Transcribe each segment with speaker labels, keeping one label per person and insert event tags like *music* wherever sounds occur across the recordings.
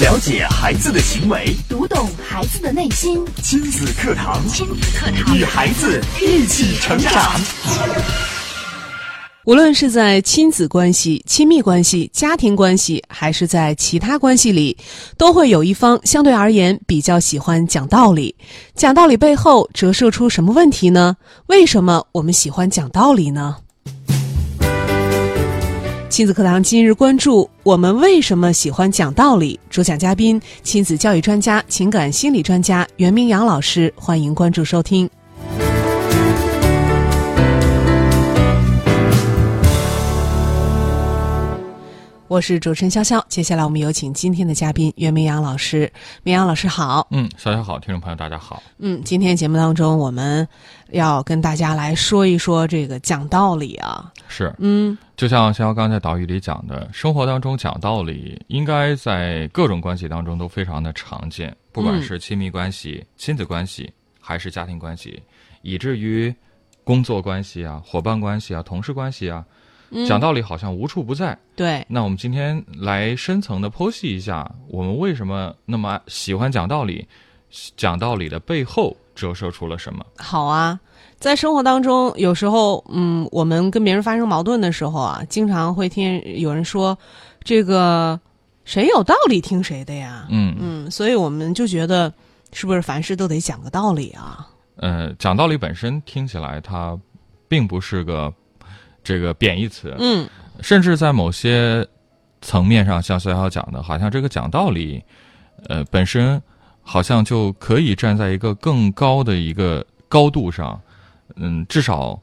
Speaker 1: 了解孩子的行为，
Speaker 2: 读懂孩子的内心，
Speaker 1: 亲子课堂，
Speaker 2: 亲子课堂
Speaker 1: 与孩子一起成长。
Speaker 3: 无论是在亲子关系、亲密关系、家庭关系，还是在其他关系里，都会有一方相对而言比较喜欢讲道理。讲道理背后折射出什么问题呢？为什么我们喜欢讲道理呢？亲子课堂今日关注：我们为什么喜欢讲道理？主讲嘉宾：亲子教育专家、情感心理专家袁明阳老师。欢迎关注收听。我是主持人潇潇，接下来我们有请今天的嘉宾袁明阳老师。明阳老师好，
Speaker 4: 嗯，小小好，听众朋友大家好。
Speaker 3: 嗯，今天节目当中我们要跟大家来说一说这个讲道理啊，
Speaker 4: 是，
Speaker 3: 嗯
Speaker 4: 就像逍遥刚才导语里讲的，生活当中讲道理，应该在各种关系当中都非常的常见，不管
Speaker 3: 嗯
Speaker 4: 是亲密关系、亲子关系，还是家庭关系，以至于工作关系啊、伙伴关系啊、同事关系啊，
Speaker 3: 嗯，
Speaker 4: 讲道理好像无处不在。
Speaker 3: 对，
Speaker 4: 那我们今天来深层的剖析一下，我们为什么那么喜欢讲道理，讲道理的背后折射出了什么？
Speaker 3: 好啊，在生活当中，有时候，嗯，我们跟别人发生矛盾的时候啊，经常会听有人说，这个谁有道理听谁的呀，
Speaker 4: 嗯
Speaker 3: 嗯，所以我们就觉得是不是凡事都得讲个道理啊？
Speaker 4: 呃，讲道理本身听起来它并不是个这个贬义词，
Speaker 3: 嗯
Speaker 4: 甚至在某些层面上，像逍遥讲的，好像这个讲道理，呃，本身好像就可以站在一个更高的一个高度上，嗯，至少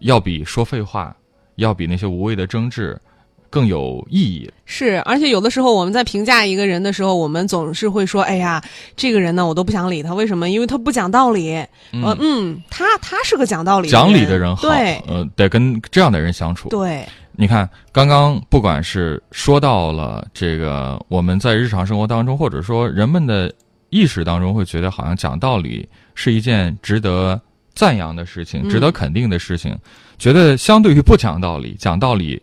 Speaker 4: 要比说废话，要比那些无谓的争执更有意义。
Speaker 3: 是，而且有的时候我们在评价一个人的时候，我们总是会说：“哎呀，这个人呢，我都不想理他，为什么？因为他不讲道理。
Speaker 4: 嗯
Speaker 3: 呃，嗯，他他是个讲道理、
Speaker 4: 讲理的人好，
Speaker 3: 对
Speaker 4: 呃，得跟这样的人相处。
Speaker 3: 对，
Speaker 4: 你看，刚刚不管是说到了这个我们在日常生活当中，或者说人们的意识当中，会觉得好像讲道理是一件值得赞扬的事情，
Speaker 3: 嗯
Speaker 4: 值得肯定的事情，觉得相对于不讲道理，讲道理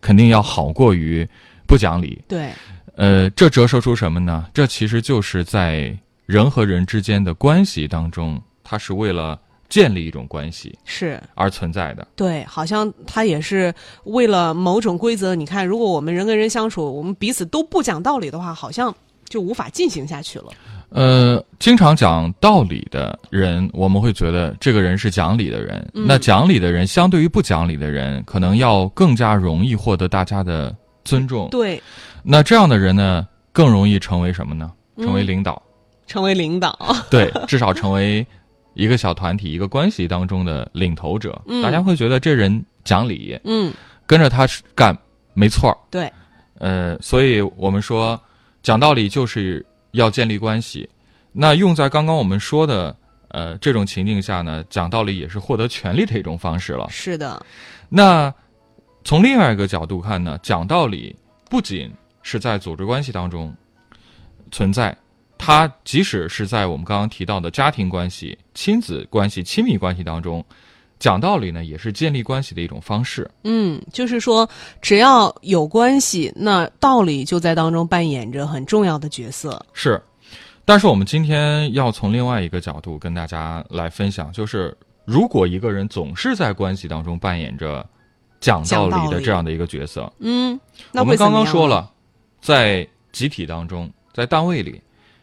Speaker 4: 肯定要好过于不讲理。
Speaker 3: 对，
Speaker 4: 呃，这折射出什么呢？这其实就是在人和人之间的关系当中，它是为了建立一种关系
Speaker 3: 是。
Speaker 4: 而存在的。
Speaker 3: 对，好像他也是为了某种规则。你看，如果我们人跟人相处，我们彼此都不讲道理的话，好像就无法进行下去了。
Speaker 4: 呃，经常讲道理的人，我们会觉得这个人是讲理的人。
Speaker 3: 嗯
Speaker 4: 那讲理的人，相对于不讲理的人，可能要更加容易获得大家的尊重。
Speaker 3: 对，
Speaker 4: 那这样的人呢，更容易成为什么呢？成为
Speaker 3: 嗯
Speaker 4: 领
Speaker 3: *laughs*
Speaker 4: 导。
Speaker 3: 成为领导， *laughs*
Speaker 4: 对，至少成为一个小团体、一个关系当中的领头者。
Speaker 3: 嗯
Speaker 4: 大家会觉得这人讲理，
Speaker 3: 嗯，
Speaker 4: 跟着他是干没错儿。
Speaker 3: 对，
Speaker 4: 呃，所以我们说，讲道理就是要建立关系。那用在刚刚我们说的呃这种情境下呢，讲道理也是获得权利的一种方式了。
Speaker 3: 是的，
Speaker 4: 那从另外一个角度看呢，讲道理不仅是在组织关系当中存在，它即使是在我们刚刚提到的家庭关系、亲子关系、亲密关系当中，讲道理呢也是建立关系的一种方式。
Speaker 3: 嗯，就是说，只要有关系，那道理就在当中扮演着很重要的角色。
Speaker 4: 是，但是我们今天要从另外一个角度跟大家来分享，就是如果一个人总是在关系当中扮演着讲道
Speaker 3: 讲道
Speaker 4: 理的
Speaker 3: 理
Speaker 4: 这样的一个角色，
Speaker 3: 嗯，那
Speaker 4: 我
Speaker 3: 会
Speaker 4: 们
Speaker 3: 怎么
Speaker 4: 刚刚
Speaker 3: 样啊
Speaker 4: 说，了，在集体当中，在单位里，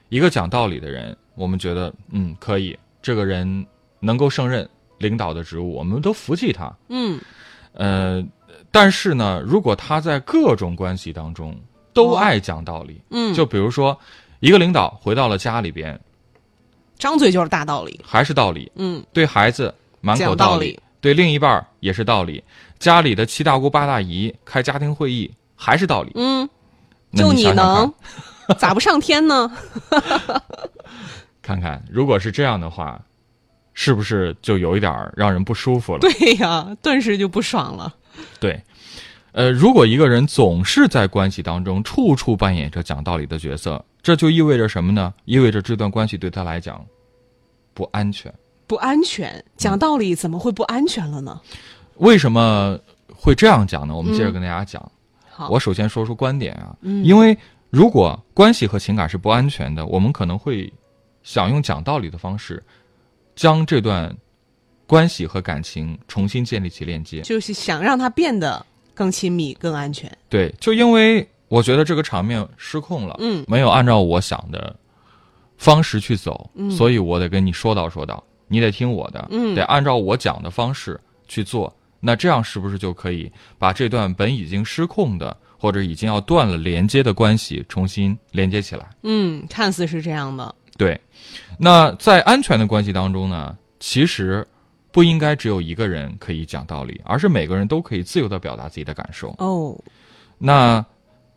Speaker 4: 一个讲道理的人，我们觉得嗯可以，这个人能够胜任领导的职务，我们都服气他。
Speaker 3: 嗯，
Speaker 4: 呃，但是呢，如果他在各种关系当中都
Speaker 3: 哦
Speaker 4: 爱讲道理，
Speaker 3: 嗯，
Speaker 4: 就比如说，一个领导回到了家里边，
Speaker 3: 张嘴就是大道理，
Speaker 4: 还是道理，
Speaker 3: 嗯，
Speaker 4: 对孩子满口
Speaker 3: 讲道
Speaker 4: 理，，对另一半儿也是道理，家里的七大姑八大姨开家庭会议还是道理。
Speaker 3: 嗯，
Speaker 4: 那
Speaker 3: 就
Speaker 4: 你想想
Speaker 3: 能，咋不上天呢？ *laughs*
Speaker 4: 看看看，如果是这样的话，是不是就有一点儿让人不舒服了？
Speaker 3: 对呀、顿时就不爽了。
Speaker 4: 对，呃，如果一个人总是在关系当中处处扮演着讲道理的角色，这就意味着什么呢？意味着这段关系对他来讲不安全。
Speaker 3: 不安全。讲道理怎么会不安全了呢？
Speaker 4: 为什么会这样讲呢？我们接着
Speaker 3: 嗯
Speaker 4: 跟大家讲。
Speaker 3: 好，
Speaker 4: 我首先说出观点啊，
Speaker 3: 嗯
Speaker 4: 因为如果关系和情感是不安全的，我们可能会想用讲道理的方式，将这段关系和感情重新建立起链接。
Speaker 3: 就是想让它变得更亲密、更安全。
Speaker 4: 对，就因为我觉得这个场面失控了，
Speaker 3: 嗯
Speaker 4: 没有按照我想的方式去走，所以我得跟你说道说道，你得听我的，
Speaker 3: 嗯
Speaker 4: 得按照我讲的方式去做。那这样是不是就可以把这段本已经失控的或者已经要断了连接的关系重新连接起来？
Speaker 3: 嗯，看似是这样的。
Speaker 4: 对，那在安全的关系当中呢，其实不应该只有一个人可以讲道理，而是每个人都可以自由的表达自己的感受。
Speaker 3: 哦，
Speaker 4: 那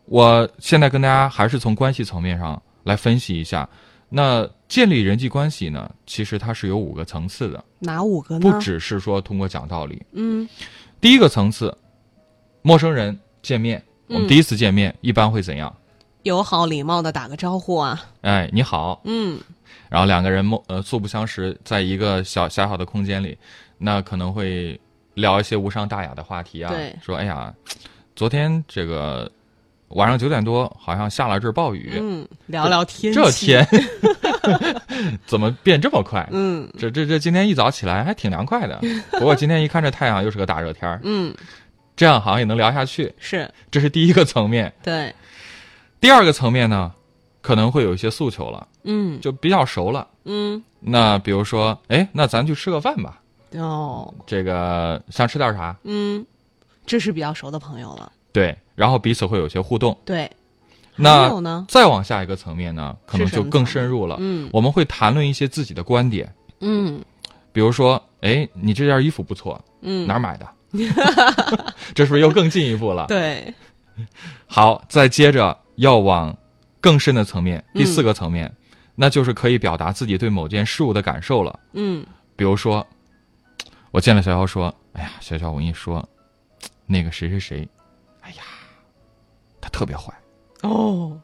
Speaker 4: 我现在跟大家还是从关系层面上来分析一下。那建立人际关系呢，其实它是有五个层次的，
Speaker 3: 哪五个呢？
Speaker 4: 不只是说通过讲道理。
Speaker 3: 嗯
Speaker 4: 第一个层次，陌生人见面，我们
Speaker 3: 嗯
Speaker 4: 第一次见面、一般会怎样？
Speaker 3: 友好礼貌的打个招呼啊。
Speaker 4: 哎，你好，
Speaker 3: 嗯
Speaker 4: 然后两个人陌呃素不相识，在一个小狭小的空间里，那可能会聊一些无伤大雅的话题啊
Speaker 3: 对，
Speaker 4: 说哎呀，昨天这个晚上九点多好像下了阵暴雨，
Speaker 3: 嗯，聊聊天气。
Speaker 4: 这天 *laughs* 怎么变这么快？
Speaker 3: 嗯
Speaker 4: 这这这今天一早起来还挺凉快的，不过今天一看这太阳又是个大热天儿，
Speaker 3: 嗯，
Speaker 4: 这样好像也能聊下去。
Speaker 3: 是
Speaker 4: 这是第一个层面，
Speaker 3: 对。
Speaker 4: 第二个层面呢，可能会有一些诉求了，
Speaker 3: 嗯
Speaker 4: 就比较熟了。
Speaker 3: 嗯
Speaker 4: 那比如说，哎，那咱去吃个饭吧。
Speaker 3: 哦
Speaker 4: 这个想吃点啥？
Speaker 3: 嗯，这是比较熟的朋友了。
Speaker 4: 对，然后彼此会有些互动。
Speaker 3: 对，还
Speaker 4: 那
Speaker 3: 有呢？
Speaker 4: 再往下一个层面呢，可能
Speaker 3: 是什
Speaker 4: 就
Speaker 3: 么
Speaker 4: 更
Speaker 3: 层
Speaker 4: 深入了。
Speaker 3: 嗯
Speaker 4: 我们会谈论一些自己的观点，
Speaker 3: 嗯
Speaker 4: 比如说，哎，你这件衣服不错，
Speaker 3: 嗯，
Speaker 4: 哪儿买的？ *laughs* 这是不是又更进一步了？
Speaker 3: 对，
Speaker 4: 好，再接着要往更深的层面，
Speaker 3: 嗯
Speaker 4: 第四个层面，那就是可以表达自己对某件事物的感受了。
Speaker 3: 嗯
Speaker 4: 比如说，我见了小肖说：“哎呀，小肖，我跟你说，那个谁谁谁，哎呀，他特别坏，
Speaker 3: 哦，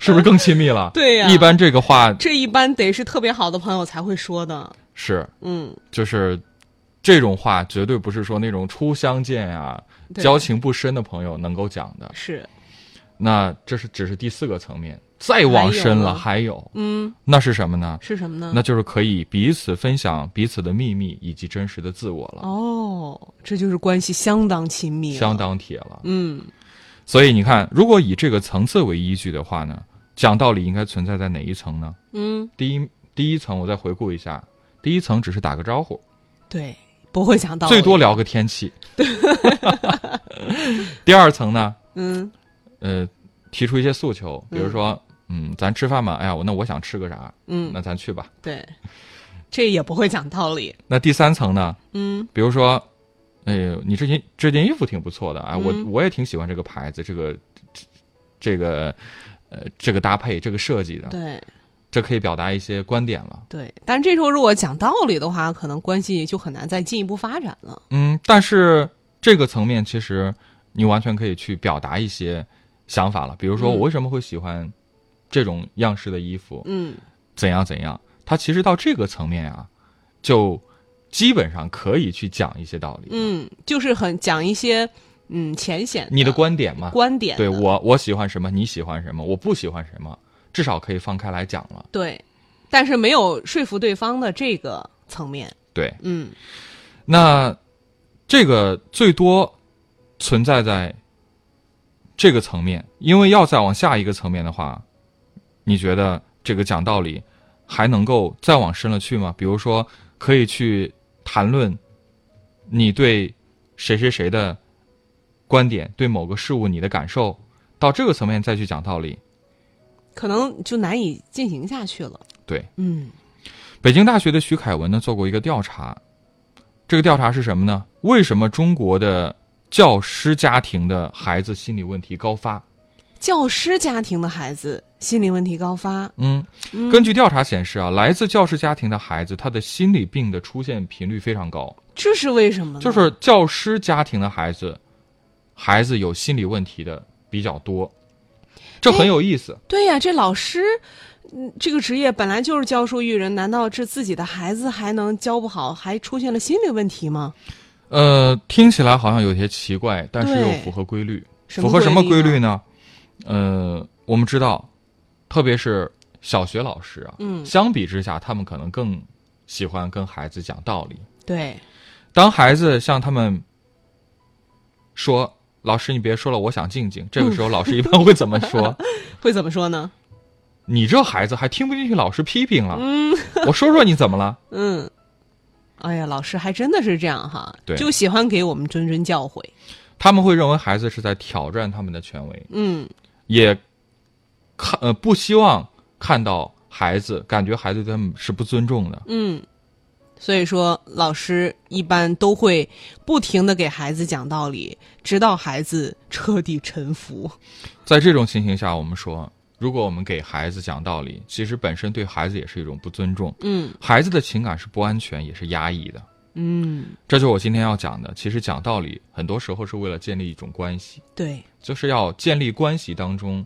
Speaker 4: 是不是更亲密了？”
Speaker 3: 对呀
Speaker 4: 一般这个话
Speaker 3: 这一般得是特别好的朋友才会说的。
Speaker 4: 是
Speaker 3: 嗯，
Speaker 4: 就是这种话，绝对不是说那种初相见呀、
Speaker 3: 对
Speaker 4: 交情不深的朋友能够讲的。
Speaker 3: 是
Speaker 4: 那这是只是第四个层面，再往深了还有，
Speaker 3: 嗯
Speaker 4: 那是什么呢？
Speaker 3: 是什么呢？
Speaker 4: 那就是可以彼此分享彼此的秘密以及真实的自我了，
Speaker 3: 哦，这就是关系相当亲密，
Speaker 4: 相。当铁了。
Speaker 3: 嗯
Speaker 4: 所以你看，如果以这个层次为依据的话呢，讲道理应该存在在哪一层呢？
Speaker 3: 嗯，
Speaker 4: 第一，第一层我再回顾一下，第一层只是打个招呼，
Speaker 3: 对，不会讲道理。
Speaker 4: 最多聊个天
Speaker 3: *laughs*
Speaker 4: 气。第二层呢，
Speaker 3: 嗯
Speaker 4: 呃，提出一些诉求，比如说，嗯，咱吃饭吧，哎呀，我那我想吃个啥，
Speaker 3: 嗯
Speaker 4: 那咱去吧。
Speaker 3: 对，这也不会讲道理。
Speaker 4: 那第三层呢，
Speaker 3: 嗯
Speaker 4: 比如说，哎呦，你这件这件衣服挺不错的，哎，我
Speaker 3: 嗯
Speaker 4: 我也挺喜欢这个牌子，这个这个呃这个搭配，这个设计的，
Speaker 3: 对
Speaker 4: 这可以表达一些观点了。
Speaker 3: 对，但这时候如果讲道理的话，可能关系就很难再进一步发展了。
Speaker 4: 嗯，但是这个层面其实你完全可以去表达一些想法了，比如说
Speaker 3: 嗯
Speaker 4: 我为什么会喜欢这种样式的衣服，
Speaker 3: 嗯，
Speaker 4: 怎样怎样，它其实到这个层面啊，就基本上可以去讲一些道理。，
Speaker 3: 嗯，就是很讲一些嗯浅显
Speaker 4: 你的观点嘛，
Speaker 3: 观点的，
Speaker 4: 对我我喜欢什么，你喜欢什么，我不喜欢什么，至少可以放开来讲了。
Speaker 3: 对，但是没有说服对方的这个层面。
Speaker 4: 对，
Speaker 3: 嗯
Speaker 4: 那这个最多存在在这个层面，因为要再往下一个层面的话，你觉得这个讲道理还能够再往深了去吗？比如说，可以去谈论你对谁谁谁的观点，对某个事物你的感受，到这个层面再去讲道理。
Speaker 3: 可能就难以进行下去了。
Speaker 4: 对，
Speaker 3: 嗯
Speaker 4: 北京大学的徐凯文呢做过一个调查，这个调查是什么呢？为什么中国的教师家庭的孩子心理问题高发？
Speaker 3: 教师家庭的孩子心理问题高发，
Speaker 4: 嗯，根据调查显示啊，来自教师家庭的孩子，他的心理病的出现频率非常高，
Speaker 3: 这是为什么呢？
Speaker 4: 就是教师家庭的孩子，孩子有心理问题的比较多，这很有意思。
Speaker 3: 对呀、这老师，嗯，这个职业本来就是教书育人，难道这自己的孩子还能教不好，还出现了心理问题吗？
Speaker 4: 呃，听起来好像有些奇怪，但是又
Speaker 3: 对
Speaker 4: 符合规律。
Speaker 3: 什
Speaker 4: 符
Speaker 3: 么
Speaker 4: 合什么规
Speaker 3: 规律
Speaker 4: 律
Speaker 3: 呢啊
Speaker 4: 呢？呃，我们知道，特别是小学老师啊，
Speaker 3: 嗯
Speaker 4: 相比之下，他们可能更喜欢跟孩子讲道理。
Speaker 3: 对，
Speaker 4: 当孩子向他们说：“老师，你别说了，我想静静。”这个时候，老师一般会怎么说？
Speaker 3: 嗯会怎么说呢？
Speaker 4: *laughs* 你这孩子还听不进去老师批评了？我说说你怎么了？
Speaker 3: 嗯，哎呀，老师还真的是这样哈，
Speaker 4: 对
Speaker 3: 就喜欢给我们谆谆教诲。
Speaker 4: 他们会认为孩子是在挑战他们的权威，
Speaker 3: 嗯，
Speaker 4: 也看呃不希望看到孩子感觉孩子对他们是不尊重的。
Speaker 3: 嗯，所以说老师一般都会不停的给孩子讲道理，直到孩子彻底臣服。
Speaker 4: 在这种情形下，我们说，如果我们给孩子讲道理，其实本身对孩子也是一种不尊重，
Speaker 3: 嗯
Speaker 4: 孩子的情感是不安全，也是压抑的。
Speaker 3: 嗯，
Speaker 4: 这就是我今天要讲的。其实讲道理，很多时候是为了建立一种关系，
Speaker 3: 对，
Speaker 4: 就是要建立关系当中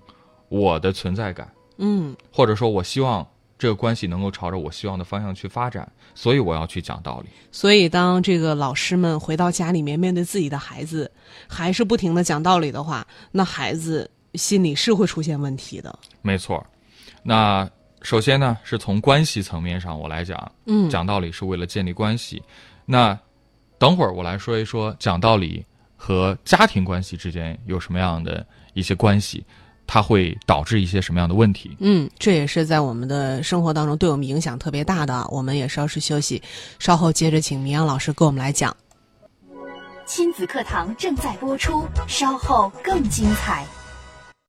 Speaker 4: 我的存在感，
Speaker 3: 嗯
Speaker 4: 或者说我希望这个关系能够朝着我希望的方向去发展，所以我要去讲道理。
Speaker 3: 所以，当这个老师们回到家里面，面对自己的孩子，还是不停的讲道理的话，那孩子心里是会出现问题的。
Speaker 4: 没错儿。那首先呢，是从关系层面上我来讲，
Speaker 3: 嗯
Speaker 4: 讲道理是为了建立关系。那等会儿我来说一说讲道理和家庭关系之间有什么样的一些关系，它会导致一些什么样的问题。
Speaker 3: 嗯，这也是在我们的生活当中对我们影响特别大的。我们也稍事休息，稍后接着请明阳老师给我们来讲。
Speaker 2: 亲子课堂正在播出，稍后更精彩。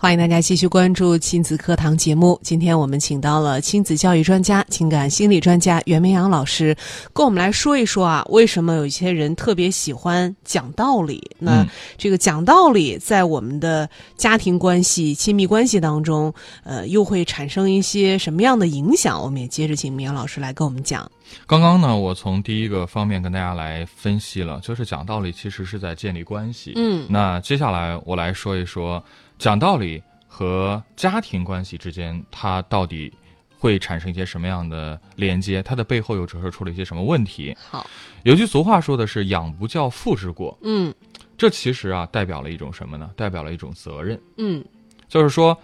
Speaker 3: 欢迎大家继续关注亲子课堂节目。今天我们请到了亲子教育专家、情感心理专家袁明阳老师，跟我们来说一说啊，为什么有一些人特别喜欢讲道理？那
Speaker 4: 嗯
Speaker 3: 这个讲道理在我们的家庭关系、亲密关系当中，呃，又会产生一些什么样的影响？我们也接着请明阳老师来跟我们讲。
Speaker 4: 刚刚呢，我从第一个方面跟大家来分析了，就是讲道理其实是在建立关系。
Speaker 3: 嗯
Speaker 4: 那接下来我来说一说讲道理和家庭关系之间，它到底会产生一些什么样的连接？它的背后又折射出了一些什么问题？
Speaker 3: 好，
Speaker 4: 有句俗话说的是“养不教，父之过
Speaker 3: 嗯”，
Speaker 4: 这其实啊代表了一种什么呢？代表了一种责任。
Speaker 3: 嗯
Speaker 4: 就是说，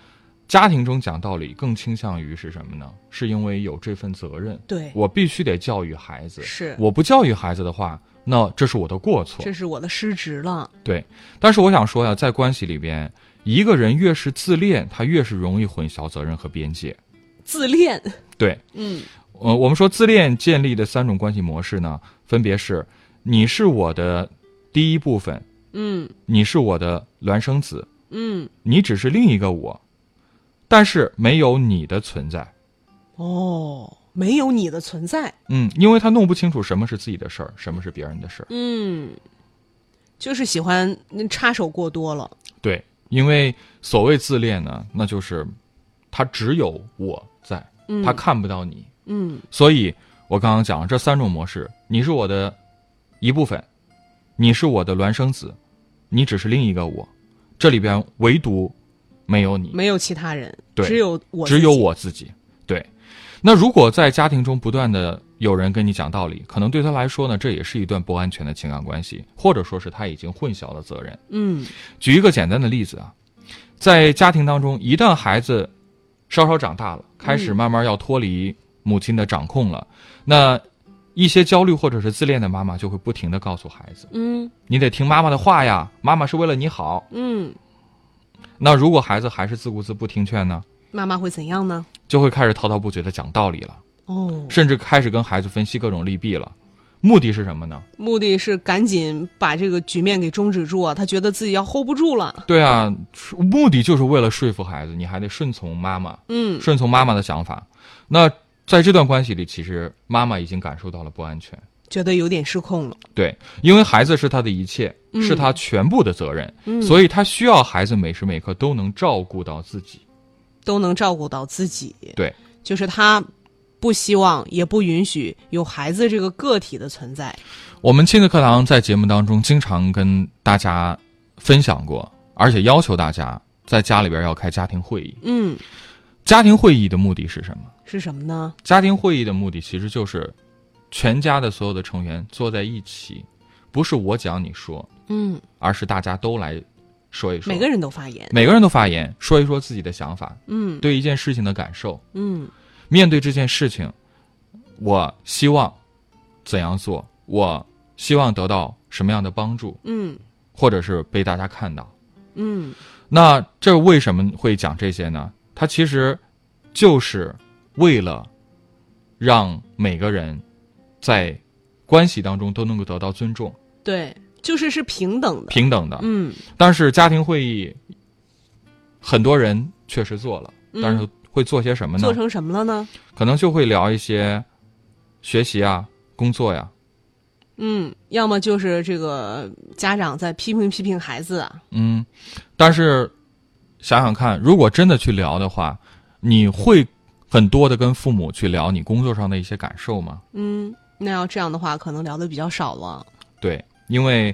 Speaker 4: 家庭中讲道理更倾向于是什么呢？是因为有这份责任，
Speaker 3: 对
Speaker 4: 我必须得教育孩子。
Speaker 3: 是
Speaker 4: 我不教育孩子的话，那这是我的过错
Speaker 3: 这。是我的失职了。
Speaker 4: 对，但是我想说呀、在关系里边，一个人越是自恋，他越是容易混淆责任和边界。
Speaker 3: 自恋，
Speaker 4: 对，
Speaker 3: 嗯
Speaker 4: 呃，我们说自恋建立的三种关系模式呢，分别是：你是我的第一部分，
Speaker 3: 嗯
Speaker 4: 你是我的孪生子，
Speaker 3: 嗯，
Speaker 4: 你只是另一个我，但是没有你的存在。
Speaker 3: 哦，没有你的存在。
Speaker 4: 嗯，因为他弄不清楚什么是自己的事儿，什么是别人的事儿。
Speaker 3: 嗯，就是喜欢嗯插手过多了。
Speaker 4: 对，因为所谓自恋呢，那就是他只有我在，他看不到你。
Speaker 3: 嗯
Speaker 4: 所以我刚刚讲了这三种模式：你是我的一部分，你是我的孪生子，你只是另一个我。这里边唯独没有你，
Speaker 3: 没有其他人，
Speaker 4: 对
Speaker 3: 只有我，
Speaker 4: 只有。我自己。对，那如果在家庭中不断的有人跟你讲道理，可能对他来说呢，这也是一段不安全的情感关系，或者说是他已经混淆了责任。
Speaker 3: 嗯
Speaker 4: 举一个简单的例子啊，在家庭当中，一旦孩子稍稍长大了，开始慢慢要脱离母亲的掌控了，那一些焦虑或者是自恋的妈妈就会不停的告诉孩子
Speaker 3: 嗯：“
Speaker 4: 你得听妈妈的话呀，妈妈是为了你好。
Speaker 3: 嗯，”
Speaker 4: 那如果孩子还是自顾自不听劝呢，
Speaker 3: 妈妈会怎样呢？
Speaker 4: 就会开始滔滔不绝的讲道理了，
Speaker 3: 哦，
Speaker 4: 甚至开始跟孩子分析各种利弊了。目的是什么呢？
Speaker 3: 目的是赶紧把这个局面给终止住啊！他觉得自己要 hold 不住了。
Speaker 4: 对啊，目的就是为了说服孩子，你还得顺从妈妈。
Speaker 3: 嗯
Speaker 4: 顺从妈妈的想法。那在这段关系里，其实妈妈已经感受到了不安全，
Speaker 3: 觉得有点失控了。
Speaker 4: 对，因为孩子是他的一切，
Speaker 3: 嗯
Speaker 4: 是他全部的责任，
Speaker 3: 嗯
Speaker 4: 所以他需要孩子每时每刻都能照顾到自己。
Speaker 3: 都能照顾到自己。
Speaker 4: 对，
Speaker 3: 就是他不希望也不允许有孩子这个个体的存在。
Speaker 4: 我们亲子课堂在节目当中经常跟大家分享过，而且要求大家在家里边要开家庭会议。
Speaker 3: 嗯，
Speaker 4: 家庭会议的目的是什么？
Speaker 3: 是什么呢？
Speaker 4: 家庭会议的目的其实就是全家的所有的成员坐在一起，不是我讲你说，
Speaker 3: 嗯，
Speaker 4: 而是大家都来说一说，
Speaker 3: 每个人都发言。
Speaker 4: 每个人都发言，说一说自己的想法，
Speaker 3: 嗯
Speaker 4: 对一件事情的感受，
Speaker 3: 嗯
Speaker 4: 面对这件事情，我希望怎样做，我希望得到什么样的帮助，
Speaker 3: 嗯
Speaker 4: 或者是被大家看到。
Speaker 3: 嗯
Speaker 4: 那这为什么会讲这些呢？它其实就是为了让每个人在关系当中都能够得到尊重、
Speaker 3: 对，就是是平等的。
Speaker 4: 平等的。
Speaker 3: 嗯
Speaker 4: 但是家庭会议，很多人确实做了，
Speaker 3: 嗯
Speaker 4: 但是会做些什么呢
Speaker 3: 做？成什么了呢？
Speaker 4: 可能就会聊一些学习啊、工作呀、
Speaker 3: 嗯，要么就是这个家长在批评批评孩子啊。
Speaker 4: 嗯，但是想想看，如果真的去聊的话，你会很多的跟父母去聊你工作上的一些感受吗？
Speaker 3: 嗯，那要这样的话，可能聊的比较少
Speaker 4: 啊
Speaker 3: 了。
Speaker 4: 对，因为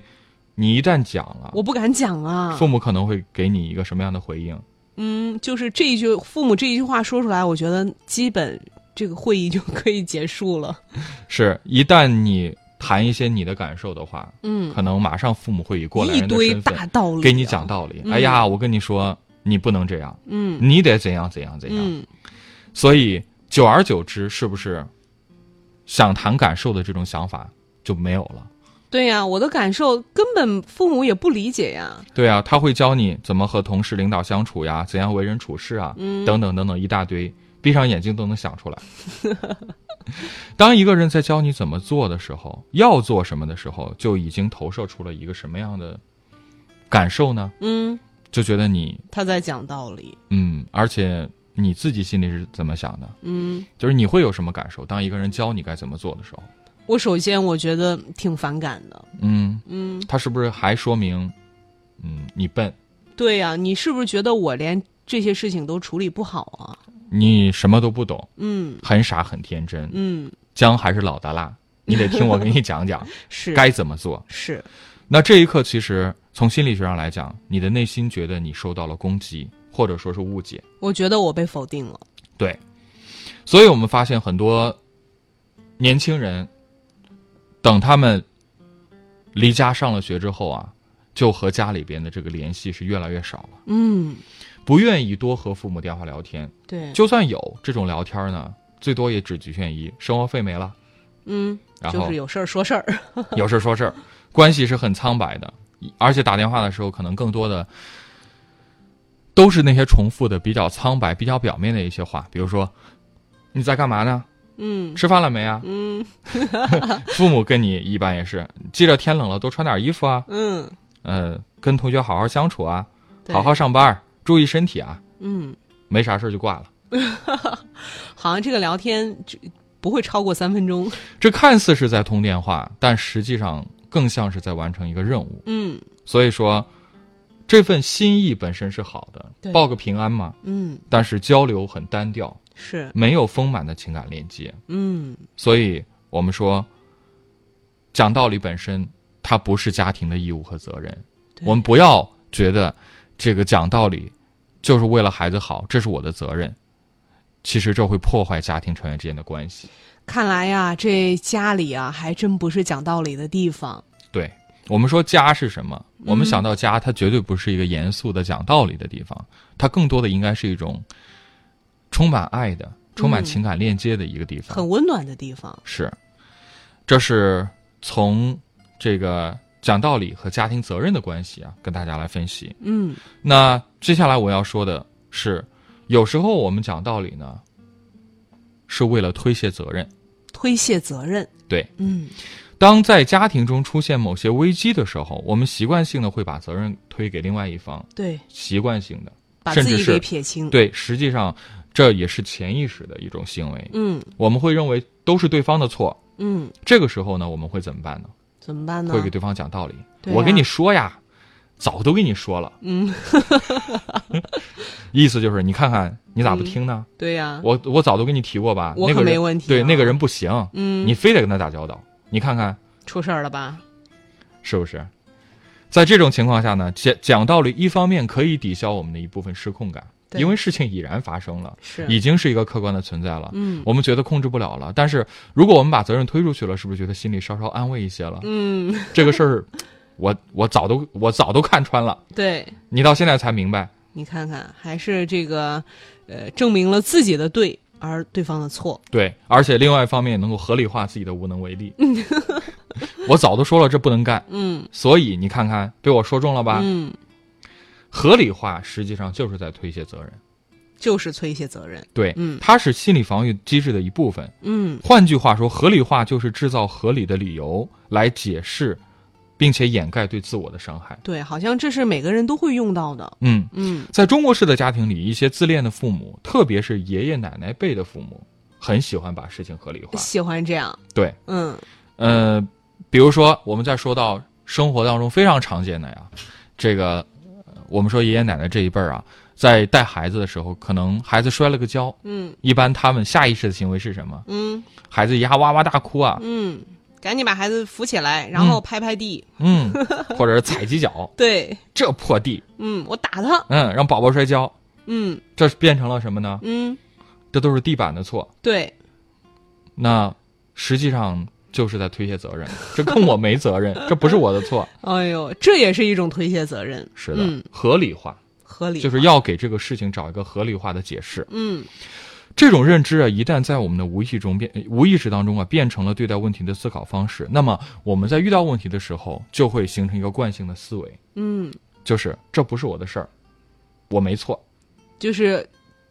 Speaker 4: 你一旦讲了，
Speaker 3: 我不敢讲啊。
Speaker 4: 父母可能会给你一个什么样的回应？
Speaker 3: 嗯，就是这一句父母这一句话说出来，我觉得基本这个会议就可以结束了。
Speaker 4: 是一旦你谈一些你的感受的话，
Speaker 3: 嗯，
Speaker 4: 可能马上父母会以过来
Speaker 3: 一
Speaker 4: 人的
Speaker 3: 堆
Speaker 4: 身份
Speaker 3: 大道理、
Speaker 4: 给你讲。道理。
Speaker 3: 嗯
Speaker 4: 哎呀，我跟你说，你不能这样，
Speaker 3: 嗯
Speaker 4: 你得怎样怎样怎样。
Speaker 3: 嗯，
Speaker 4: 所以久而久之，是不是想谈感受的这种想法就没有了？
Speaker 3: 对呀、我的感受根本父母也不理解呀。
Speaker 4: 对啊，他会教你怎么和同事、领导相处呀，怎样为人处事啊，
Speaker 3: 嗯
Speaker 4: 等等等等一大堆，闭上眼睛都能想出来。当一个人在教你怎么做的时候，要做什么的时候，就已经投射出了一个什么样的感受呢？
Speaker 3: 嗯，
Speaker 4: 就觉得你
Speaker 3: 他在讲道理。
Speaker 4: 嗯，而且你自己心里是怎么想的？
Speaker 3: 嗯，
Speaker 4: 就是你会有什么感受？当一个人教你该怎么做的时候，
Speaker 3: 我首先我觉得挺反感的。
Speaker 4: 嗯，
Speaker 3: 嗯，
Speaker 4: 他是不是还说明，嗯，你笨，
Speaker 3: 对呀、你是不是觉得我连这些事情都处理不好啊？
Speaker 4: 你什么都不懂，
Speaker 3: 嗯
Speaker 4: 很傻很天真，
Speaker 3: 嗯，
Speaker 4: 姜还是老的辣，你得听我给你讲讲
Speaker 3: *laughs* 是
Speaker 4: 该怎么做。
Speaker 3: 是
Speaker 4: 那这一刻，其实从心理学上来讲，你的内心觉得你受到了攻击，或者说是误解。
Speaker 3: 我觉得我被否定了。
Speaker 4: 对，所以我们发现很多年轻人，等他们离家上了学之后啊，就和家里边的这个联系是越来越少了，
Speaker 3: 嗯，
Speaker 4: 不愿意多和父母电话聊天。
Speaker 3: 对，
Speaker 4: 就算有这种聊天呢，最多也只局限于生活费没了，
Speaker 3: 嗯，
Speaker 4: 然
Speaker 3: 就
Speaker 4: 后
Speaker 3: 是有事儿说事儿。
Speaker 4: *laughs* 有事说事儿，关系是很苍白的，而且打电话的时候可能更多的都是那些重复的、比较苍白、比较表面的一些话，比如说你在干嘛呢？
Speaker 3: 嗯
Speaker 4: 吃饭了没啊？ *laughs*
Speaker 3: 嗯
Speaker 4: 父母跟你一般也是，记着天冷了多穿点衣服啊，
Speaker 3: 嗯，
Speaker 4: 呃，跟同学好好相处啊，
Speaker 3: 对
Speaker 4: 好好上班儿，注意身体啊，
Speaker 3: 嗯，
Speaker 4: 没啥事儿就挂了。
Speaker 3: 好像这个聊天只不会超过三分钟。
Speaker 4: 这看似是在通电话，但实际上更像是在完成一个任务。
Speaker 3: 嗯
Speaker 4: 所以说，这份心意本身是好的，
Speaker 3: 对
Speaker 4: 报个平安嘛。
Speaker 3: 嗯，
Speaker 4: 但是交流很单调，
Speaker 3: 是
Speaker 4: 没有丰满的情感链接。
Speaker 3: 嗯
Speaker 4: 所以我们说，讲道理本身它不是家庭的义务和责任。
Speaker 3: 对
Speaker 4: 我们不要觉得这个讲道理就是为了孩子好，这是我的责任。其实这会破坏家庭成员之间的关系。
Speaker 3: 看来呀，这家里啊，还真不是讲道理的地方。
Speaker 4: 对我们说家是什么？我们
Speaker 3: 嗯
Speaker 4: 想到家，它绝对不是一个严肃的讲道理的地方，它更多的应该是一种充满爱的、充满
Speaker 3: 嗯
Speaker 4: 情感链接的一个地方。
Speaker 3: 很温暖的地方，
Speaker 4: 是，这是从这个讲道理和家庭责任的关系啊，跟大家来分析。
Speaker 3: 嗯
Speaker 4: 那接下来我要说的是，有时候我们讲道理呢，是为了推卸责任。
Speaker 3: 推卸责任，
Speaker 4: 对，
Speaker 3: 嗯
Speaker 4: 当在家庭中出现某些危机的时候，我们习惯性的会把责任推给另外一方，
Speaker 3: 对，
Speaker 4: 习惯性的，
Speaker 3: 把
Speaker 4: 甚
Speaker 3: 自
Speaker 4: 至
Speaker 3: 己给
Speaker 4: 是
Speaker 3: 撇清，，
Speaker 4: 对，实际上这也是潜意识的一种行为。
Speaker 3: 嗯
Speaker 4: 我们会认为都是对方的错，
Speaker 3: 嗯，
Speaker 4: 这个时候呢，我们会怎么办呢？
Speaker 3: 怎么办呢？
Speaker 4: 会给对方讲道理。
Speaker 3: 嗯对啊
Speaker 4: 我
Speaker 3: 呀
Speaker 4: 跟你说呀，早都跟你说
Speaker 3: *laughs*
Speaker 4: 了。嗯，意思就是你看看你咋不听呢？
Speaker 3: 对呀，
Speaker 4: 我我早都跟你提过吧，
Speaker 3: 嗯我
Speaker 4: 那
Speaker 3: 可
Speaker 4: 个人
Speaker 3: 没问题
Speaker 4: 对，
Speaker 3: 啊
Speaker 4: 那个人不行，
Speaker 3: 嗯
Speaker 4: 你非得跟他打交道，你看看
Speaker 3: 出事儿了吧？
Speaker 4: 是不是？在这种情况下呢，讲讲道理，一方面可以抵消我们的一部分失控感，
Speaker 3: 对
Speaker 4: 因为事情已然发生了，
Speaker 3: 是
Speaker 4: 已经是一个客观的存在了。
Speaker 3: 嗯
Speaker 4: 我们觉得控制不了了，但是如果我们把责任推出去了，是不是觉得心里稍稍安慰一些了？
Speaker 3: 嗯，
Speaker 4: 这个事儿，我我早都我早都看穿了，
Speaker 3: 对，
Speaker 4: 你到现在才明白，
Speaker 3: 你看看，还是这个，呃，证明了自己的对，而对方的错。
Speaker 4: 对，而且另外一方面也能够合理化自己的无能为
Speaker 3: *laughs*
Speaker 4: 力。我早都说了这不能干，
Speaker 3: 嗯
Speaker 4: 所以你看看被我说中了吧？
Speaker 3: 嗯，
Speaker 4: 合理化实际上就是在推卸责任，
Speaker 3: 就是推卸责任。
Speaker 4: 对，
Speaker 3: 嗯
Speaker 4: 它是心理防御机制的一部分。
Speaker 3: 嗯，
Speaker 4: 换句话说，合理化就是制造合理的理由来解释，并且掩盖对自我的伤害。
Speaker 3: 对，好像这是每个人都会用到的。
Speaker 4: 嗯，
Speaker 3: 嗯
Speaker 4: 在中国式的家庭里，一些自恋的父母，特别是爷爷奶奶辈的父母，很喜欢把事情合理化。
Speaker 3: 喜欢这样。
Speaker 4: 对，
Speaker 3: 嗯
Speaker 4: 呃，比如说，我们再说到生活当中非常常见的呀，这个呃我们说爷爷奶奶这一辈儿啊，在带孩子的时候，可能孩子摔了个跤，
Speaker 3: 嗯
Speaker 4: 一般他们下意识的行为是什么？
Speaker 3: 嗯
Speaker 4: 孩子一下哇哇大哭啊，
Speaker 3: 嗯，赶紧把孩子扶起来，然后拍拍地。
Speaker 4: 嗯， *laughs* 或者是踩几脚，
Speaker 3: 对，
Speaker 4: 这破地，
Speaker 3: 嗯，我打他。
Speaker 4: 嗯，让宝宝摔跤，
Speaker 3: 嗯
Speaker 4: 这变成了什么呢？
Speaker 3: 嗯，
Speaker 4: 这都是地板的错，
Speaker 3: 对，
Speaker 4: 那实际上就是在推卸责任，这跟我没责任，这不是我的 *laughs* 错。
Speaker 3: 哎呦，这也是一种推卸责任。
Speaker 4: 是的，
Speaker 3: 嗯，
Speaker 4: 合理化
Speaker 3: 合理。
Speaker 4: 就是要给这个事情找一个合理化的解释。
Speaker 3: 嗯
Speaker 4: 这种认知啊，一旦在我们的无意中变无意识当中啊，变成了对待问题的思考方式，那么我们在遇到问题的时候，就会形成一个惯性的思维，
Speaker 3: 嗯，
Speaker 4: 就是这不是我的事儿，我没错。
Speaker 3: 就是。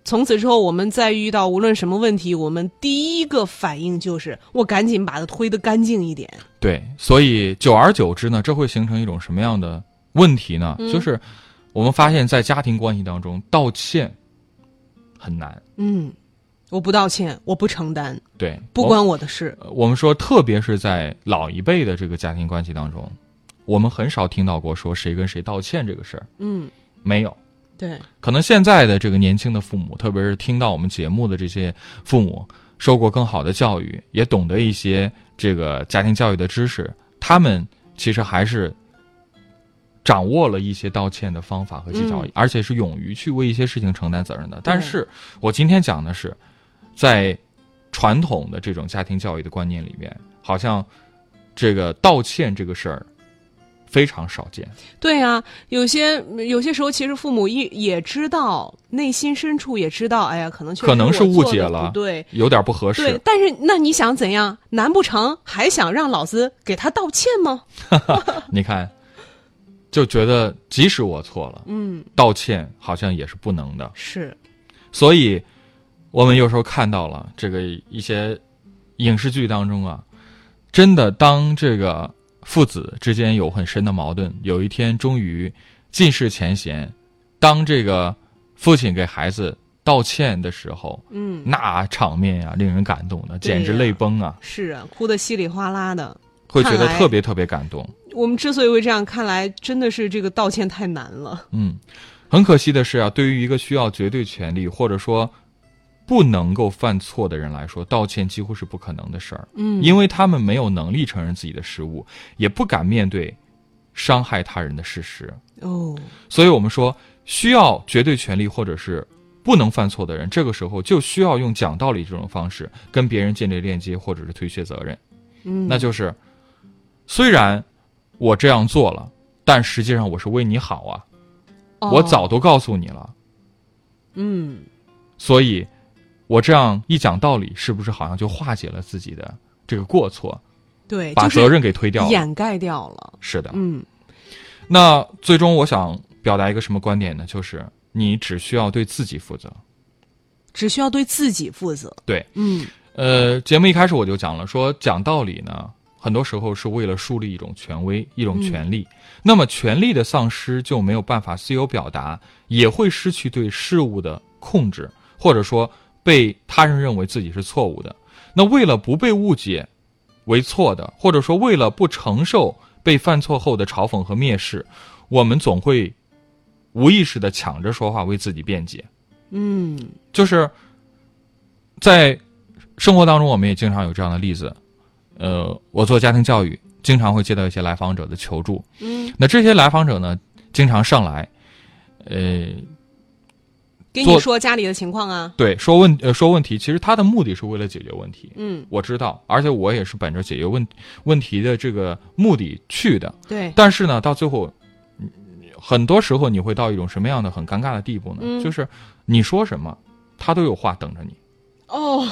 Speaker 3: 从此之后，我们再遇到无论什么问题，我们第一个反应就是我赶紧把它推得干净一点。
Speaker 4: 对，所以久而久之呢，这会形成一种什么样的问题呢？就是我们发现，在家庭关系当中，道歉很难。
Speaker 3: 嗯，我不道歉，我不承担，
Speaker 4: 对，
Speaker 3: 不
Speaker 4: 我
Speaker 3: 关我的事。
Speaker 4: 呃我们说，特别是在老一辈的这个家庭关系当中，我们很少听到过说谁跟谁道歉这个事儿，
Speaker 3: 嗯，
Speaker 4: 没有。
Speaker 3: 对，
Speaker 4: 可能现在的这个年轻的父母，特别是听到我们节目的这些父母，受过更好的教育，也懂得一些这个家庭教育的知识，他们其实还是掌握了一些道歉的方法和技巧，
Speaker 3: 嗯
Speaker 4: 而且是勇于去为一些事情承担责任的。但是我今天讲的是，在传统的这种家庭教育的观念里面，好像这个道歉这个事儿非常少见。
Speaker 3: 对呀、有些有些时候，其实父母也也知道，内心深处也知道，哎呀，可能确实
Speaker 4: 可能是
Speaker 3: 我做
Speaker 4: 误解
Speaker 3: 得不
Speaker 4: 了
Speaker 3: 对。
Speaker 4: 有点不合适，
Speaker 3: 对，但是那你想怎样？难不成还想让老子给他道歉吗？
Speaker 4: 你看，就觉得即使我错了，
Speaker 3: 嗯，
Speaker 4: 道歉好像也是不能的。
Speaker 3: 是，
Speaker 4: 所以，我们有时候看到了这个一些影视剧当中啊，真的当这个父子之间有很深的矛盾，有一天终于尽释前嫌，当这个父亲给孩子道歉的时候，
Speaker 3: 嗯，
Speaker 4: 那场面啊呀、令人感动的，简直
Speaker 3: 对呀
Speaker 4: 泪崩啊，
Speaker 3: 是啊，哭得稀里哗啦的。
Speaker 4: 会觉得
Speaker 3: 看来
Speaker 4: 特别特别感动。
Speaker 3: 我们之所以会这样，看来真的是这个道歉太难了。
Speaker 4: 嗯，很可惜的是啊，对于一个需要绝对权利或者说不能够犯错的人来说，道歉几乎是不可能的事儿。
Speaker 3: 嗯
Speaker 4: 因为他们没有能力承认自己的失误，也不敢面对伤害他人的事实。
Speaker 3: 哦，
Speaker 4: 所以我们说，需要绝对权利或者是不能犯错的人，这个时候就需要用讲道理这种方式跟别人建立链接，或者是推卸责任。
Speaker 3: 嗯，
Speaker 4: 那就是，虽然我这样做了，但实际上我是为你好啊。
Speaker 3: 哦
Speaker 4: 我早都告诉你了，
Speaker 3: 嗯
Speaker 4: 所以，我这样一讲道理，是不是好像就化解了自己的这个过错，
Speaker 3: 对，
Speaker 4: 把
Speaker 3: 就是
Speaker 4: 责任给推掉了？
Speaker 3: 掩盖掉了。
Speaker 4: 是的。
Speaker 3: 嗯
Speaker 4: 那最终我想表达一个什么观点呢？就是你只需要对自己负责。，
Speaker 3: 只需要对自己负责。
Speaker 4: 对，
Speaker 3: 嗯
Speaker 4: 呃，节目一开始我就讲了，说讲道理呢，很多时候是为了树立一种权威、一种权利。那么权利的丧失就没有办法自由表达，也会失去对事物的控制，或者说被他人认为自己是错误的。那为了不被误解，为错的，或者说为了不承受被犯错后的嘲讽和蔑视，我们总会无意识的抢着说话为自己辩解。
Speaker 3: 嗯
Speaker 4: 就是在生活当中，我们也经常有这样的例子。呃，我做家庭教育，经常会接到一些来访者的求助。
Speaker 3: 嗯，
Speaker 4: 那这些来访者呢，经常上来，呃，
Speaker 3: 给
Speaker 4: 做
Speaker 3: 你说家里的情况啊，
Speaker 4: 对，说问呃说问题，其实他的目的是为了解决问题。
Speaker 3: 嗯，
Speaker 4: 我知道，而且我也是本着解决问问题的这个目的去的。
Speaker 3: 对，
Speaker 4: 但是呢，到最后，嗯很多时候你会到一种什么样的很尴尬的地步呢？
Speaker 3: 嗯
Speaker 4: 就是你说什么，他都有话等着你。
Speaker 3: 哦，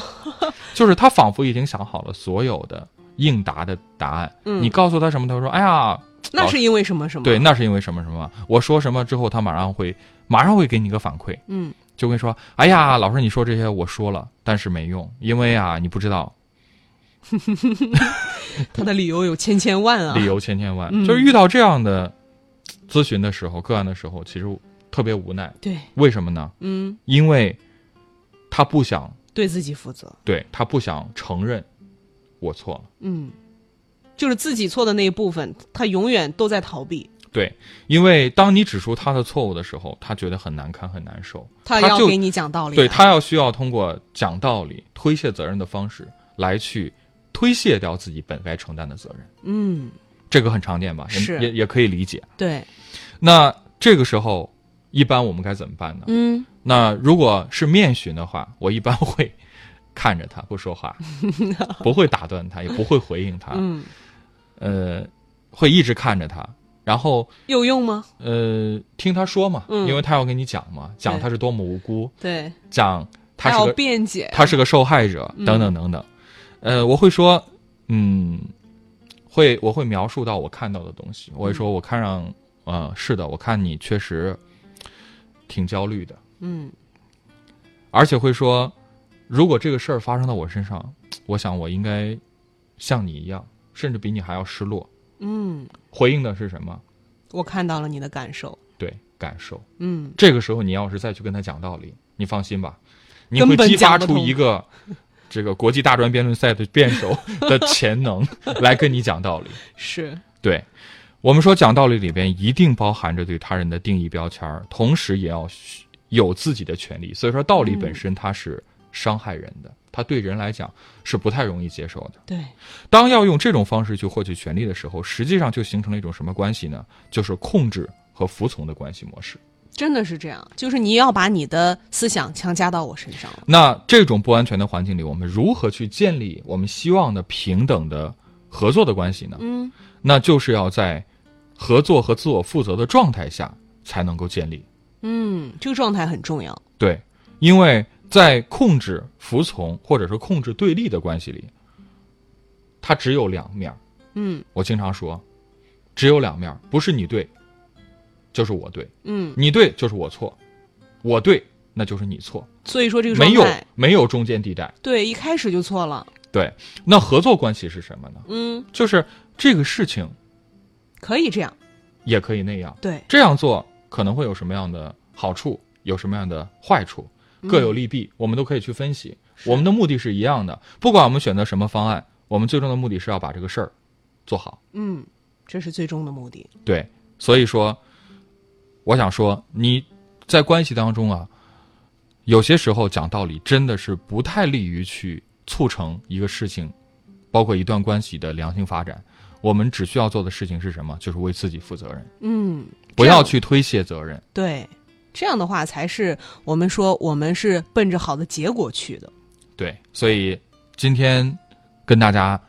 Speaker 4: 就是他仿佛已经想好了所有的应答的答案。
Speaker 3: 嗯
Speaker 4: 你告诉他什么，他说：“哎呀，
Speaker 3: 那是因为什么什么？
Speaker 4: 对，那是因为什么什么。”我说什么之后，他马上会马上会给你一个反馈，
Speaker 3: 嗯
Speaker 4: 就会说：“哎呀，老师，你说这些我说了，但是没用，因为啊，你不知道，
Speaker 3: 他的理由有千千万啊，
Speaker 4: 理由千千万。
Speaker 3: 嗯
Speaker 4: 就是遇到这样的咨询的时候，个案的时候，其实特别无奈。
Speaker 3: 对，
Speaker 4: 为什么呢？
Speaker 3: 嗯，
Speaker 4: 因为他不想，
Speaker 3: 对自己负责，
Speaker 4: 对他不想承认我错了。
Speaker 3: 嗯，就是自己错的那一部分，他永远都在逃避，
Speaker 4: 对，因为当你指出他的错误的时候，他觉得很难堪、很难受。
Speaker 3: 他
Speaker 4: 他
Speaker 3: 要
Speaker 4: 就
Speaker 3: 给你讲道理，啊
Speaker 4: 对，他要需要通过讲道理、推卸责任的方式来去推卸掉自己本该承担的责任，
Speaker 3: 嗯，
Speaker 4: 这个很常见吧？也
Speaker 3: 是
Speaker 4: 也也可以理解。
Speaker 3: 对，
Speaker 4: 那这个时候，一般我们该怎么办呢？
Speaker 3: 嗯，
Speaker 4: 那如果是面询的话，我一般 *laughs* 会看着他不说
Speaker 3: *laughs*
Speaker 4: 话，不会打断他，也不会回应他，
Speaker 3: 嗯，
Speaker 4: 呃，会一直看着他，然后
Speaker 3: 有用吗？
Speaker 4: 呃，听他说嘛，
Speaker 3: 嗯
Speaker 4: 因为他要跟你讲嘛，讲他是多么无辜，
Speaker 3: 对，
Speaker 4: 讲他
Speaker 3: 还
Speaker 4: 是
Speaker 3: 要嗯
Speaker 4: 个
Speaker 3: 辩解，
Speaker 4: 他是个受害者，等等等等。呃，我会说，嗯，会我会描述到我看到的东
Speaker 3: 嗯
Speaker 4: 西，我会说，嗯我看上，呃，是的，我看你确实挺焦虑的，
Speaker 3: 嗯
Speaker 4: 而且会说，如果这个事儿发生到我身上，我想我应该像你一样，甚至比你还要失落。
Speaker 3: 嗯，
Speaker 4: 回应的是什么？
Speaker 3: 我看到了你的感受，
Speaker 4: 对，感受。
Speaker 3: 嗯，
Speaker 4: 这个时候你要是再去跟他讲道理，你放心吧，你会
Speaker 3: 根本
Speaker 4: 激发
Speaker 3: 讲不
Speaker 4: 出
Speaker 3: 通
Speaker 4: 一个这个国际大专辩论赛的辩手
Speaker 3: *laughs*
Speaker 4: 的潜能来跟你讲道理。
Speaker 3: 是，
Speaker 4: 对，我们说讲道理里边一定包含着对他人的定义标签儿，同时也要有自己的权利。所以说，道理本身它是伤害人的，它对人来讲是不太容易接受的。
Speaker 3: 对，
Speaker 4: 当要用这种方式去获取权利的时候，实际上就形成了一种什么关系呢？就是控制和服从的关系模式。
Speaker 3: 真的是这样，就是你要把你的思想强加到我身上了，
Speaker 4: 那这种不安全的环境里，我们如何去建立我们希望的平等的合作的关系呢？
Speaker 3: 嗯，
Speaker 4: 那就是要在合作和自我负责的状态下才能够建立。
Speaker 3: 嗯，这个状态很重要，
Speaker 4: 对，因为在控制、服从或者是控制对立的关系里，它只有两面儿。
Speaker 3: 嗯
Speaker 4: 我经常说，只有两面儿，不是你对，就是我对；
Speaker 3: 嗯，
Speaker 4: 你对就是我错，我对那就是你错，
Speaker 3: 所以说这个状
Speaker 4: 没有
Speaker 3: 态，
Speaker 4: 没有中间地带。
Speaker 3: 对，一开始就错了，
Speaker 4: 对，那合作关系是什么呢？
Speaker 3: 嗯，
Speaker 4: 就是这个事情
Speaker 3: 可以这样，
Speaker 4: 也可以那样，
Speaker 3: 对，
Speaker 4: 这样做可能会有什么样的好处，有什么样的坏处，各有利弊，我们都可以去分析。我们的目的是一样的，不管我们选择什么方案，我们最终的目的是要把这个事儿做好。
Speaker 3: 嗯，这是最终的目的，
Speaker 4: 对，所以说，我想说你在关系当中啊，有些时候讲道理真的是不太利于去促成一个事情，包括一段关系的良性发展。我们只需要做的事情是什么？就是为自己负责任，
Speaker 3: 嗯，
Speaker 4: 不
Speaker 3: 这样
Speaker 4: 要去推卸责任。
Speaker 3: 对，这样的话才是我们说我们是奔着好的结果去的。
Speaker 4: 对，所以今天跟大家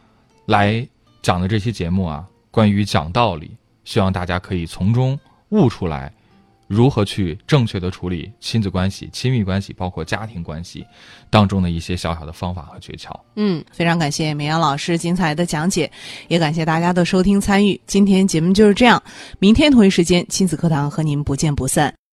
Speaker 4: 来讲的这期节目啊，关于讲道理，希望大家可以从中悟出来，如何去正确的处理亲子关系、亲密关系，包括家庭关系当中的一些小小的方法和诀窍。
Speaker 3: 嗯，非常感谢绵阳老师精彩的讲解，也感谢大家的收听参与。今天节目就是这样，明天同一时间亲子课堂和您不见不散。